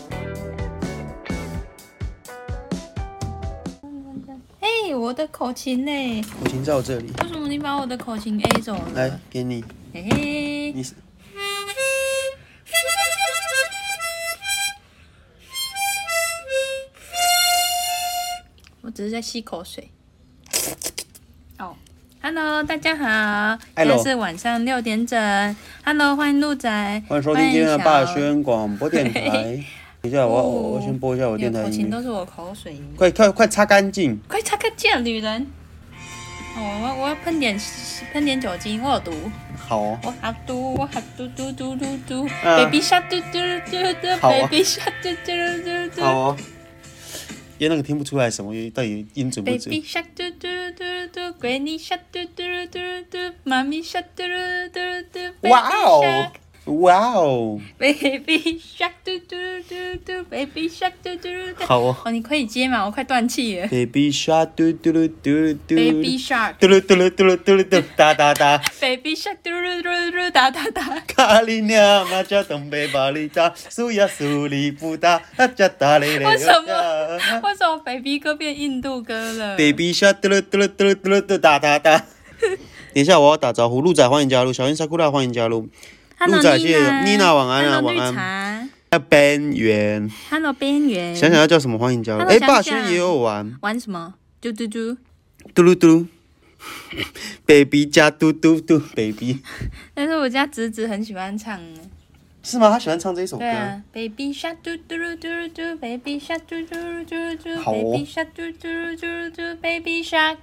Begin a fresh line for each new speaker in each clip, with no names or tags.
里？哎我的口琴呢？
口琴在我这里，
为什么你把我的口琴 A 走了？
来给你，
嘿嘿，
你
我只是在吸口水。哦，Hello，大家好，现
Hello
在是晚上六点整。Hello，欢迎鹿仔，
欢迎收听今天的霸
小
轩广播电 台。等一下，我要我我先播一下我
你
电
的
台
口琴
音
都
乐，
是我口水音。
快快快擦干净！
快擦个剑，女人！哦，我我要喷点喷点酒精，我有毒，
好哦，
我好毒，我好毒毒毒毒毒
嗯
，baby shark 嘟嘟嘟嘟
好啊
，baby shark 嘟嘟嘟
好
嘟
哦。因为那个听不出来什么到底音准不准
，baby。shark 嘟嘟嘟嘟，granny shark 嘟嘟嘟嘟，mommy shark 嘟嘟嘟嘟
哇哦，哇哦，
，baby shark 嘟嘟嘟嘟，baby shark 嘟嘟嘟。
好哦。
哦，你可以接嘛，我快断气了。
Baby shark 嘟嘟噜嘟噜嘟
baby
噜
shark，
嘟噜嘟噜嘟噜嘟噜嘟噜哒哒哒。
baby shark 嘟嘟嘟嘟哒哒哒。
卡里尼亚马加东北巴里达，苏呀苏里布达，那加达嘞嘞。
为什么？为什么 baby 哥变印度哥了
Baby shark 嘟噜嘟噜嘟噜嘟噜嘟哒哒哒。 等一下，我要打招呼，鹿仔欢迎加入，小燕莎库拉欢迎加入，
Hello，
鹿仔
妮
谢谢
娜
妮娜晚安啊
Hello，
晚安
绿茶
那 Ben 圆，
Hello，边缘。
想想要叫什么欢迎加入。
Hello，
哎，霸
想想
轩也有玩，
玩什么？嘟嘟嘟，
嘟噜嘟噜 ，Baby 加嘟嘟嘟 Baby，
但是我家侄子很喜欢唱。
是吗？他喜欢唱这一首歌
对。啊，Baby Shark 嘟嘟嘟嘟嘟，Baby Shark 嘟嘟嘟嘟
好哦
，Baby Shark 嘟嘟嘟嘟，Baby Shark。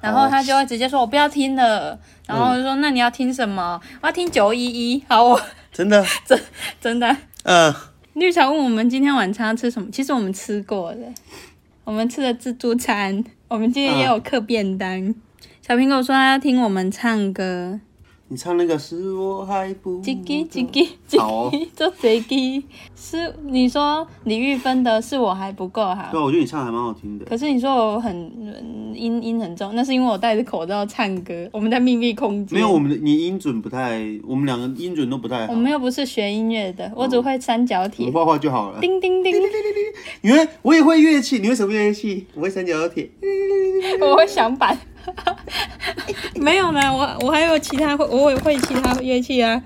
然
哦
后他就会直接说：“我不要听
嗯
了。”然后我就说：“那你要听什么？我要听九一一。”好，我
真的，
真真的。
嗯、
绿茶问我们今天晚餐要吃什么，其实我们吃过了，我们吃了自助餐，我们今天也
嗯
有课便当。小苹果说他要听我们唱歌，
你唱那个是我还不
叽叽叽叽
嗯好
叽
哦
叽，做贼叽。是你说李玉芬的是我还不够好
对，啊，我觉得你唱的还蛮好听的。
可是你说我很嗯音音很重，那是因为我戴着口罩唱歌，我们在秘密空间。
没有，我们的你音准不太，我们两个音准都不太好。
我们又不是学音乐
嗯
的，我只会三角
你
铁，
画画就好了。
叮叮叮，
你会，我也会乐器，你会什么乐器？我会三角铁。
我会响板。没有啦，我我还有其他会，我也会其他乐器 啊。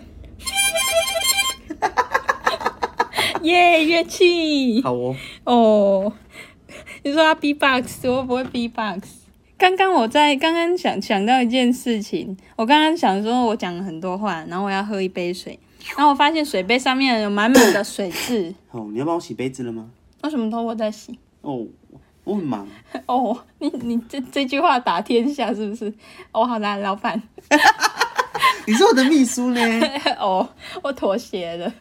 耶、乐器
好哦，
哦！ 你说他 B box，我不会 B box。刚刚我在刚刚想想到一件事情，我刚刚想说我讲了很多话，然后我要喝一杯水，然后我发现水杯上面有满满的水渍，
好，哦你要帮我洗杯子了吗？
为什么都我在洗？
哦，我很 忙。
哦，你你这这句话打天下是不是？哦，好啦，老板。
你是我的秘书 呢。
哦，我妥协了。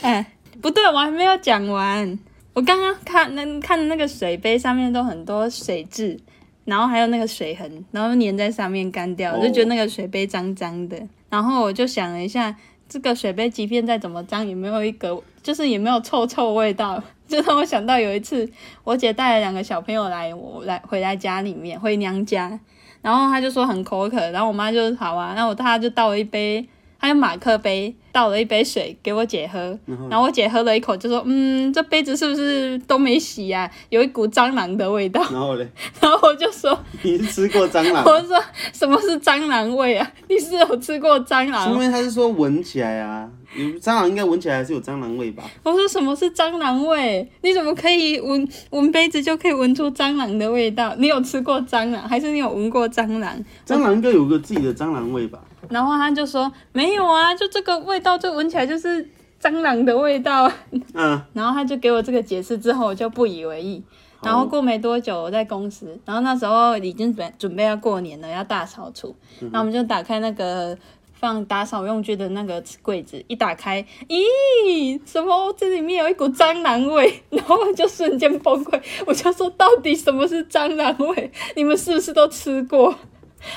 哎，不对，我还没有讲完。我刚刚看那看那个水杯上面都很多水渍，然后还有那个水痕，然后粘在上面干掉，我就觉得那个水杯脏脏的。然后我就想了一下，这个水杯即便再怎么脏，也没有一个就是也没有臭臭味道。就让我想到有一次，我姐带了两个小朋友来我来回来家里面回娘家，然后她就说很口渴，然后我妈就好啊，那我她就倒了一杯，她用马克杯倒了一杯水给我姐喝，然后我姐喝了一口就说，嗯，这杯子是不是都没洗啊？有一股蟑螂的味道。
然后嘞，
然后我就说，
你是吃过蟑螂？
我就说什么是蟑螂味啊？你是有吃过蟑
因
螂？
为他是说闻起来啊，有蟑螂应该闻起来还是有蟑螂味吧？
我说什么是蟑螂味？你怎么可以闻闻杯子就可以闻出蟑螂的味道？你有吃过蟑螂，还是你有闻过蟑螂？
蟑螂应该有个自己的蟑螂味吧？
然后他就说没有啊，就这个味道，就闻起来就是蟑螂的味道。
嗯，
然后他就给我这个解释之后，我就不以为意。 然后过没多久，我在公司，然后那时候已经准准备要过年了，要大扫除，然后我们就打开那个放打扫用具的那个柜子，一打开，咦，什么？这里面有一股蟑螂味， 然后我就瞬间崩溃，我就说到底什么是蟑螂味？你们是不是都吃过？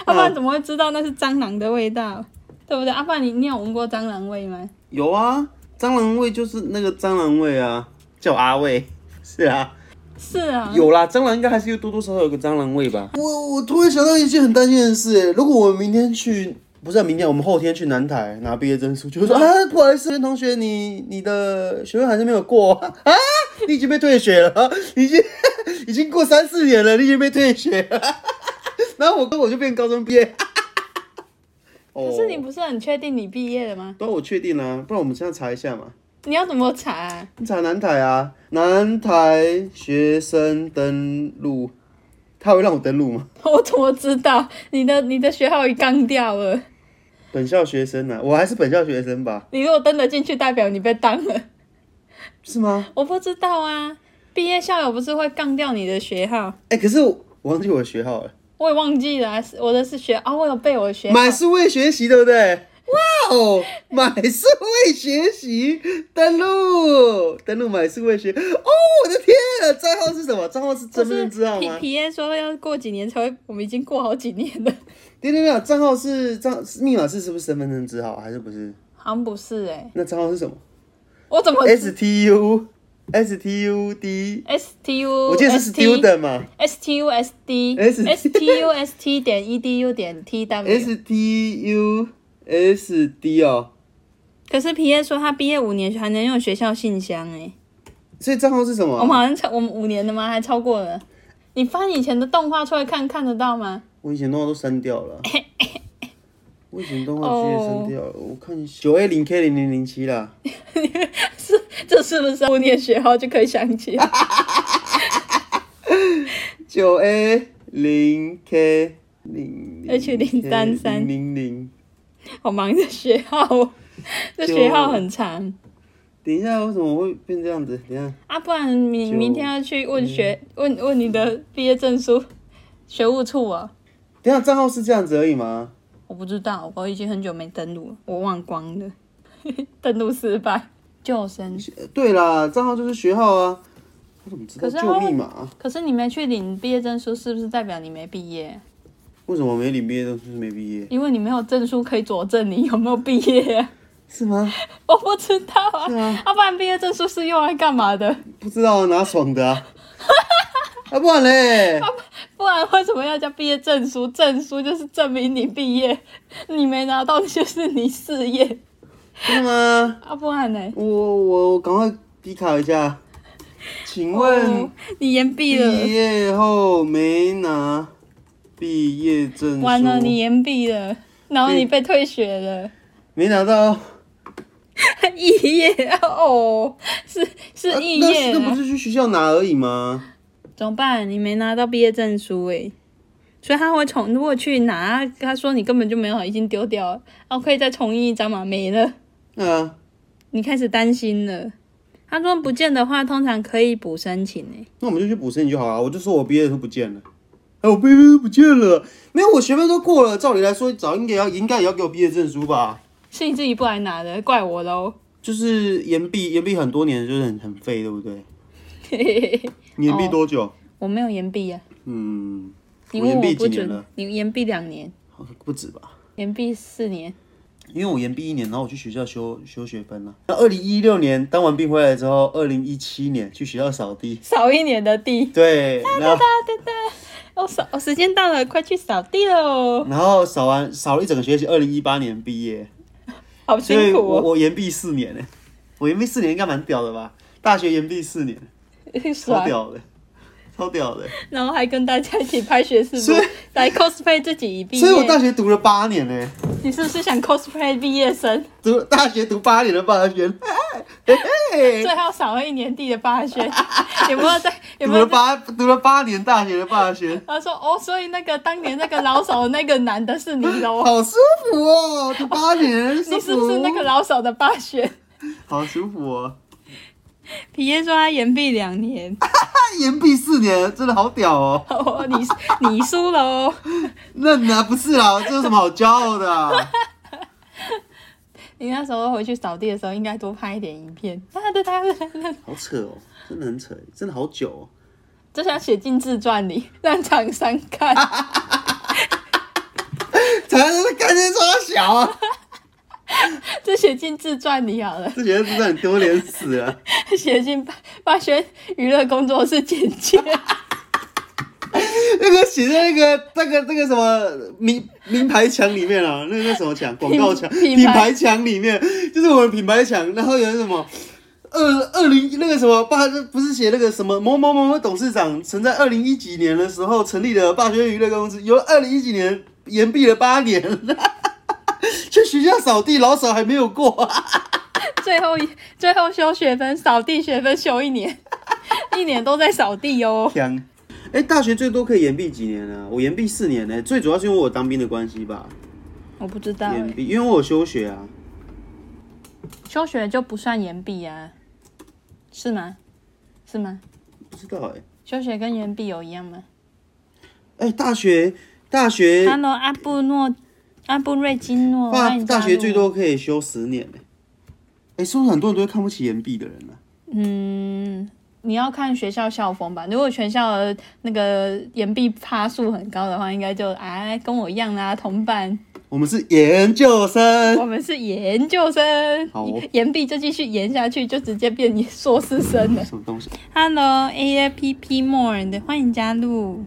要、不然怎么会知道那是蟑螂的味道？对不对？阿、啊、爸，你你有闻过蟑螂味吗？
有啊，蟑螂味就是那个蟑螂味啊，叫阿味。是啊。
是啊，
有啦，蟑螂应该还是有多多少少有个蟑螂味吧。我我突然想到一件很担心的事、欸，如果我明天去，不是、啊、明天，我们后天去南台拿毕业证书，就会说啊，不好意思，袁同学，啊你你的学位还是没有过啊，你已经被退学了，你已经 你已经过三四年了，你已经被退学了。 然后我跟我就变高中毕业。哦
可是你不是很确定你毕业了吗？
都我确定啊，不然我们现在查一下嘛。
你要怎么查、啊？
你查南台啊，南台学生登录，他会让我登录吗？
我怎么知道你的你的学号已刚掉了？
本校学生啊，我还是本校学生吧？
你如果登得进去，代表你被当了。
是吗？
我不知道啊，毕业校友不是会杠掉你的学号？
哎、可是我忘记我的学号了。
我也忘记了啊、是我的是学啊，我有背我的学号。
买是为学习，对不对？哇哦，买是为学习，登录登录买是为学。哦，我的天啊，账号是什么？账号是啊
不
身
是
份证号
皮
吗？
皮耶说要过几年才会，我们已经过好几年了，
对对对，账号是账密码是是不是身份证字号还是不是？
好像不是哎、
那账号是什么
我怎么
？S T U S T U D，
S T U？
我记得是 student 嘛
S T U S D
S-
S T U S T 点 E D U 点 T W。
，S T U S D 哦，
可是皮耶说他毕业五年还能用学校信箱哎、
所以账号是什么
我
啊？
们好像超我们五年了吗？还超过了。你翻以前的动画出来看，看得到 吗？
我以前动画都删掉 了。我以前动画直接删掉了，我看一下九 A 零 K 零零零七啦。
这是不 是五年学号就可以想起？
九 A 零 K 零
H 零三三
零零。
好忙的学号 哦，这
就
学号很长
等一下，为什么会变这样子？等一下，
啊！不然你
就嗯
明天要去问学问问你的毕业证书学务处啊？
等一下，账号是这样子而已吗？
我不知道，我已经很久没登录了，我忘光了， 登录失败。救生，
呃对啦，账号就是学号啊。我怎么知道
可是他
旧
会
密码啊、
可是你没去领毕业证书，是不是代表你没毕业？
为什么没领毕业证书没毕业？
因为你没有证书可以佐证你有没有毕业、啊。
是吗？
我不知道啊，
是啊
要、不然毕业证书是用来干嘛的？
不知道啊拿爽的啊。啊，不然嘞，
不然为什么要叫毕业证书？证书就是证明你毕业， 你没拿到就是你失业
真的吗？
啊！不然呢？
我我我赶快低卡一下。请问
哦、你延毕
毕
了，
业后没拿毕业证书，
完了，你延毕了，然后你被退学了，
没拿到啊
肄业 哦，是是
啊
肄
那
业
那不
啊，
是去学校拿而已吗？
怎么办？你没拿到毕业证书诶、所以他会重，如果去拿，他说你根本就没有，已经丢掉了，然后可以再重印一张嘛，没了。
啊，
你开始担心了。他说不见的话，通常可以补申请欸诶。
那我们就去补申请就好啊了。我就说我毕业都不见了，哎、我毕业都不见了，没有，我学分都过了。照理来说，早应该要应该也要给我毕业证书吧？
是你自己不来拿的，怪我喽。
就是延毕，延毕很多年，就是很很废，对不对？你延毕
哦
多久？
我没有延毕啊，
嗯，
你
我
问
延
我
毕几
不
年
准
了？，
你延毕两年，
好不止吧？
延毕四年。
因为我延毕一年，然后我去学校修修学分了。那二零一六年当完兵回来之后，二零一七年去学校扫地，
扫一年的地。
对，然后
哦，扫，哦，时间到了，快去扫地喽！
然后扫完扫了一整个学期，二零一八年毕业，
好
所以
辛苦
我
哦，
我延毕四年呢，我延毕四年应该蛮屌的吧？大学延毕四年，超
爽。
屌的，超屌的。
然后还跟大家一起拍学士服
所以，
来 cosplay 自己一毕业。
所以我大学读了八年呢，
你是不是想 cosplay 毕业生？
读大学读八年的大学， 嘿嘿
最后扫了一年地的霸 轩，有没有在？有
读
没有
了
在
八读了八年大学的大学，
他说：“哦，所以那个当年那个老手的那个男的是你 喽？
好舒服哦，读八年，舒
你是不
服
是那个老手的霸选
好舒服哦，？”
皮耶说他延毕两 年，
他延毕四年，真的好屌哦。
哦，你你输了哦，
那你啊不是啦，这有什么好骄傲的啊？
你那时候回去扫地的时候应该多拍一点影片。 他的他的，
好扯哦，真的很扯，真的好久、哦。
就想写进自传里，让厂商 看。
才是干爹抓小啊！
就写进自传里好了，
这觉得真的很丢脸死了。
写进霸霸轩娱乐工作室简介。
那个写在那个那个那个什么名名牌墙里面啊，那个叫什么墙？广告墙、
品
品
品牌
牌墙里面，就是我们品牌墙，然后有什么？二二零那个什么霸，不是写那个什么某某某某董事长曾在二零一几年的时候成立了霸轩娱乐公司，由二零一几年延毕了八年， 去学校扫地，老扫还没有过，
最后一最后修学分，扫地学分修一年，一年都在扫地哦。
香。 哎、大学最多可以延毕几年啊呢、我延毕四年呢、最主要是因为我当兵的关系吧，
我不知道欸、
延毕，因为我有休学啊。
休学就不算延毕啊，是吗？是吗？
不知道哎、
休学跟延毕有一样吗
哎、大学大学
？Hello，阿布诺，阿布瑞金诺，欢
大
迎加
大
入
学最多可以休十年呢、哎、是不是很多人都会看不起延毕的人呢、
嗯，你要看学校校风吧。如果全校的那个岩壁趴数很高的话，应该就哎跟我一样啦，同 伴。
我们是研究生，
我们是研究生
好哦，
岩壁就继续研下去，就直接变你硕士生了。
什么东西？
Hello A I P P More 的，欢迎加入。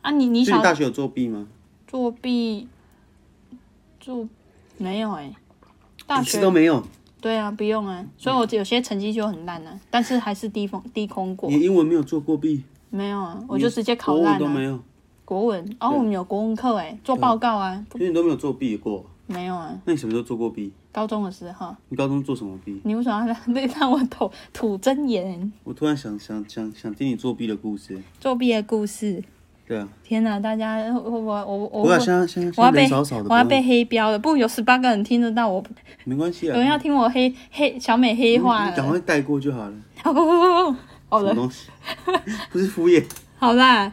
啊，你你
所以
小
你大学有作弊吗？
作弊作没有哎、大
一
学
次都没有，
对啊，不用啊，所以我有些成绩就很烂啊，但是还是低分低空过。
你英文没有做过弊，
没有啊，我就直接考
国文
烂
都没
了、啊。
有，
国文，哦，我们有国文课哎，做报告啊，
所以你都没有作弊过。
没有啊，
那你什么时候做过弊？
高中的时候，
你高中做什么弊？
你为什么要 让让我吐吐真言？
我突然想想想想听你作弊的故事。
作弊的故事，
对啊，
天哪、大家我我我我
不要现在现在
我要
现在
被
人少少的，
我要
不用
被黑标了，不有十八个人听得到我，
没关系
有
啊，
人要听我黑黑小美黑
你
话
你赶
了。
快带过就好了。
好，不不不哦不，好
什么
了，
东西？ 不是敷衍。
好啦，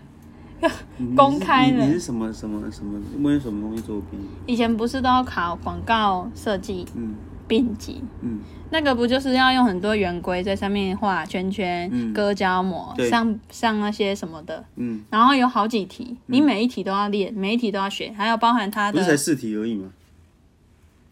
你是
公开了
你你是什么什么什么？因为什么东西作弊？
以前不是都要考广告设计
嗯
丙级？
嗯，
那个不就是要用很多圆规在上面画圈圈、
嗯
割胶膜、
对
上上那些什么的，
嗯，
然后有好几题，你每一题都要练，每一题都要学，还有包含它
不是才
的，
四题而已吗？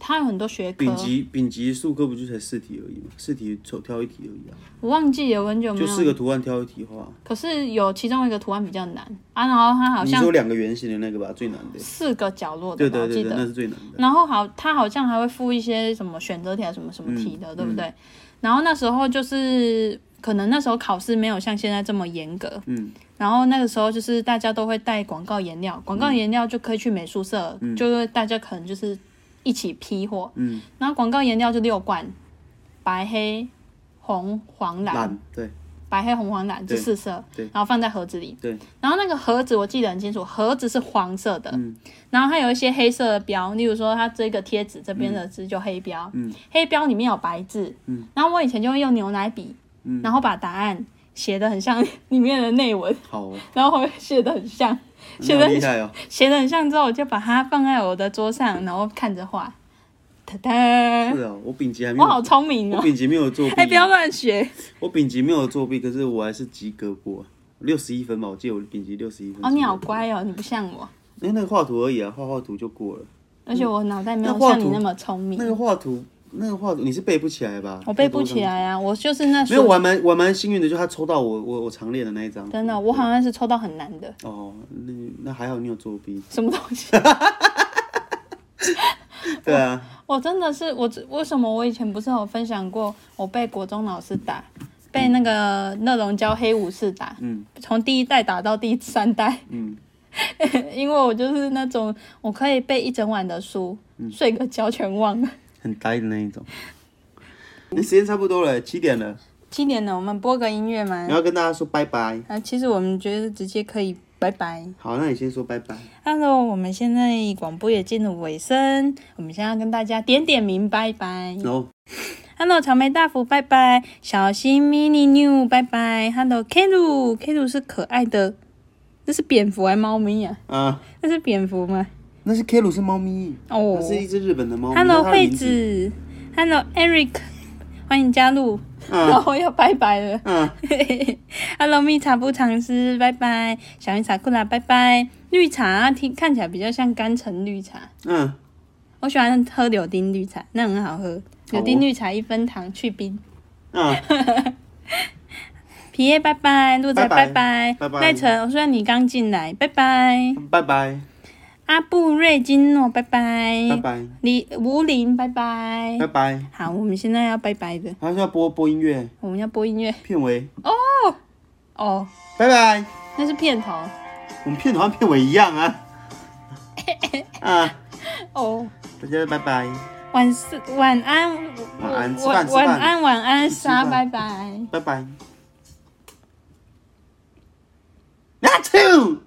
它有很多学科
丙，级丙级数科不就才四题而已吗？四题抽挑一题而已啊，
我忘记了，我很久没
就四个
有。
图案挑一题画。
可是有其中一个图案比较难啊，然后它好
你
像
说两个圆形的那个吧，最难的。
四个角落的
对
吧，
对
我
对
记
对，那
得。
是最难的。
然后好，它好像还会附一些什么选择题啊，什么什么题的，
嗯
对不对？然后那时候就是可能那时候考试没有像现在这么严格，
嗯，
然后那个时候就是大家都会带广告颜料，广告
嗯
颜料就可以去美术社，就是大家可能就是一起批货。
嗯，
然后广告颜料就六罐，白黑红黄蓝，
懒，对，
白黑红黄蓝这
对
四色
对，
然后放在盒子里。
对，
然后那个盒子我记得很清楚，盒子是黄色的，
嗯
然后它有一些黑色的标，例如说它这个贴纸这边的字就黑标，
嗯
黑标里面有白字，然后我以前就会用牛奶笔，
嗯
然后把答案写的很像里面的内文，
好哦，
然后我写的很像，
你
写
好
的
厉害哦。
写的很像之后，我就把它放在我的桌上，然后看着画，哒哒
是，啊，我丙级还没
我好
有，
聪明
我
哦，
丙级没有作弊啊
哎，，不要乱学
我丙级没有作弊，可是我还是及格过，六十一分吧，我记得我丙级六十一分。
哦，你好。乖哦，你不像我，
哎，那个画图而已啊，画画图就过了。
而且我脑袋没有
那画
像你
图
那么聪明
那，个画图，那个画图你是背不起来吧？
嗯我背不起来啊，我就是那
没
时
有，我
候
还蛮我还蛮幸运的，就他抽到我我我常练的那一张。
真的，我好像是抽到很难的
哦，那那还好你有作弊。
什么东西，
对啊，
我真的是我只为什么我以前不是有分享过，我被国中老师打。被那个热熔胶黑武士打，
嗯
从第一代打到第三代，
嗯，
因为我就是那种我可以背一整晚的书，
嗯
睡个觉全忘了。
很呆的那一种。那时间差不多了，七点了，
七点了，我们播个音乐吗
你？要跟大家说拜拜。
啊，其实我们觉得直接可以拜拜。
好，那你先说拜拜。
Hello，我们现在广播也进入尾声，我们现在要跟大家点点名，拜拜。
然后
Hello，草莓大福，拜拜。小新 mini new，拜拜。Hello，Keru，Keru 是可爱的，那是蝙蝠还是猫咪呀、
啊，
啊？那是蝙蝠吗？
那是 K 鲁是猫咪，
哦
它是一只日本的猫咪。
，Hello
它的
惠
名字。
子，Hello，Eric，欢迎加入。然
嗯
后要拜拜了。
嗯，
Hello，蜜茶不藏私，拜拜。小云茶库拉，拜拜。绿茶听看起来比较像甘橙绿茶，
嗯，
我喜欢喝柳丁绿茶，那很好喝。
好哦
柳丁绿茶一分糖去冰。
嗯，
皮耶，拜拜。鹿仔，
拜拜
拜拜
拜。拜
赖晨，我虽然你刚进来，拜拜。
拜拜。
阿阿布瑞金诺，拜拜。
拜拜，
李吴林，拜拜。
拜拜。
好，我们现在要拜拜的，
还是要播播音乐
我们要播音乐
片尾，
哦，
拜拜。
那是片头
我们片头和片尾一样啊。 啊，
哦。
大家拜拜，
晚是晚安，
晚安吃
晚晚
饭吃饭
安晚安，莎，
吃
拜
饭
拜。
拜拜。Not two。